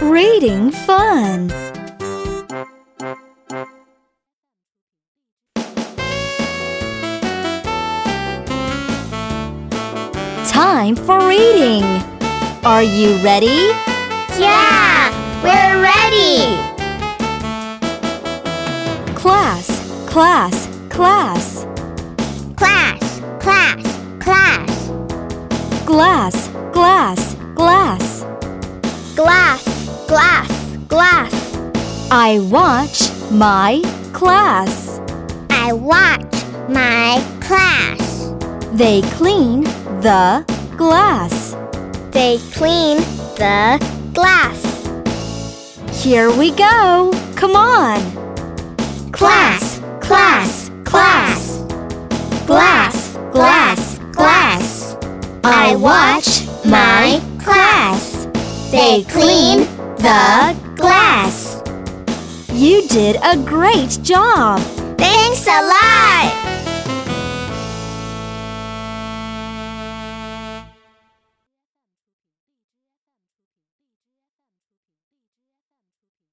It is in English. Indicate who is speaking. Speaker 1: Reading fun. Time for reading. Are you ready?
Speaker 2: Yeah, we're ready.
Speaker 1: Class, class, class.
Speaker 2: Class, class, class.
Speaker 1: Glass, glass, glass.
Speaker 2: Glass, glass, glass.
Speaker 1: I watch my class.
Speaker 2: I watch my class.
Speaker 1: They clean the glass.
Speaker 2: They clean the glass.
Speaker 1: Here we go. Come on.
Speaker 2: Class, class, class. Glass, glass, glass. I watch my class. They clean the glass.
Speaker 1: You did a great job.
Speaker 2: Thanks a lot.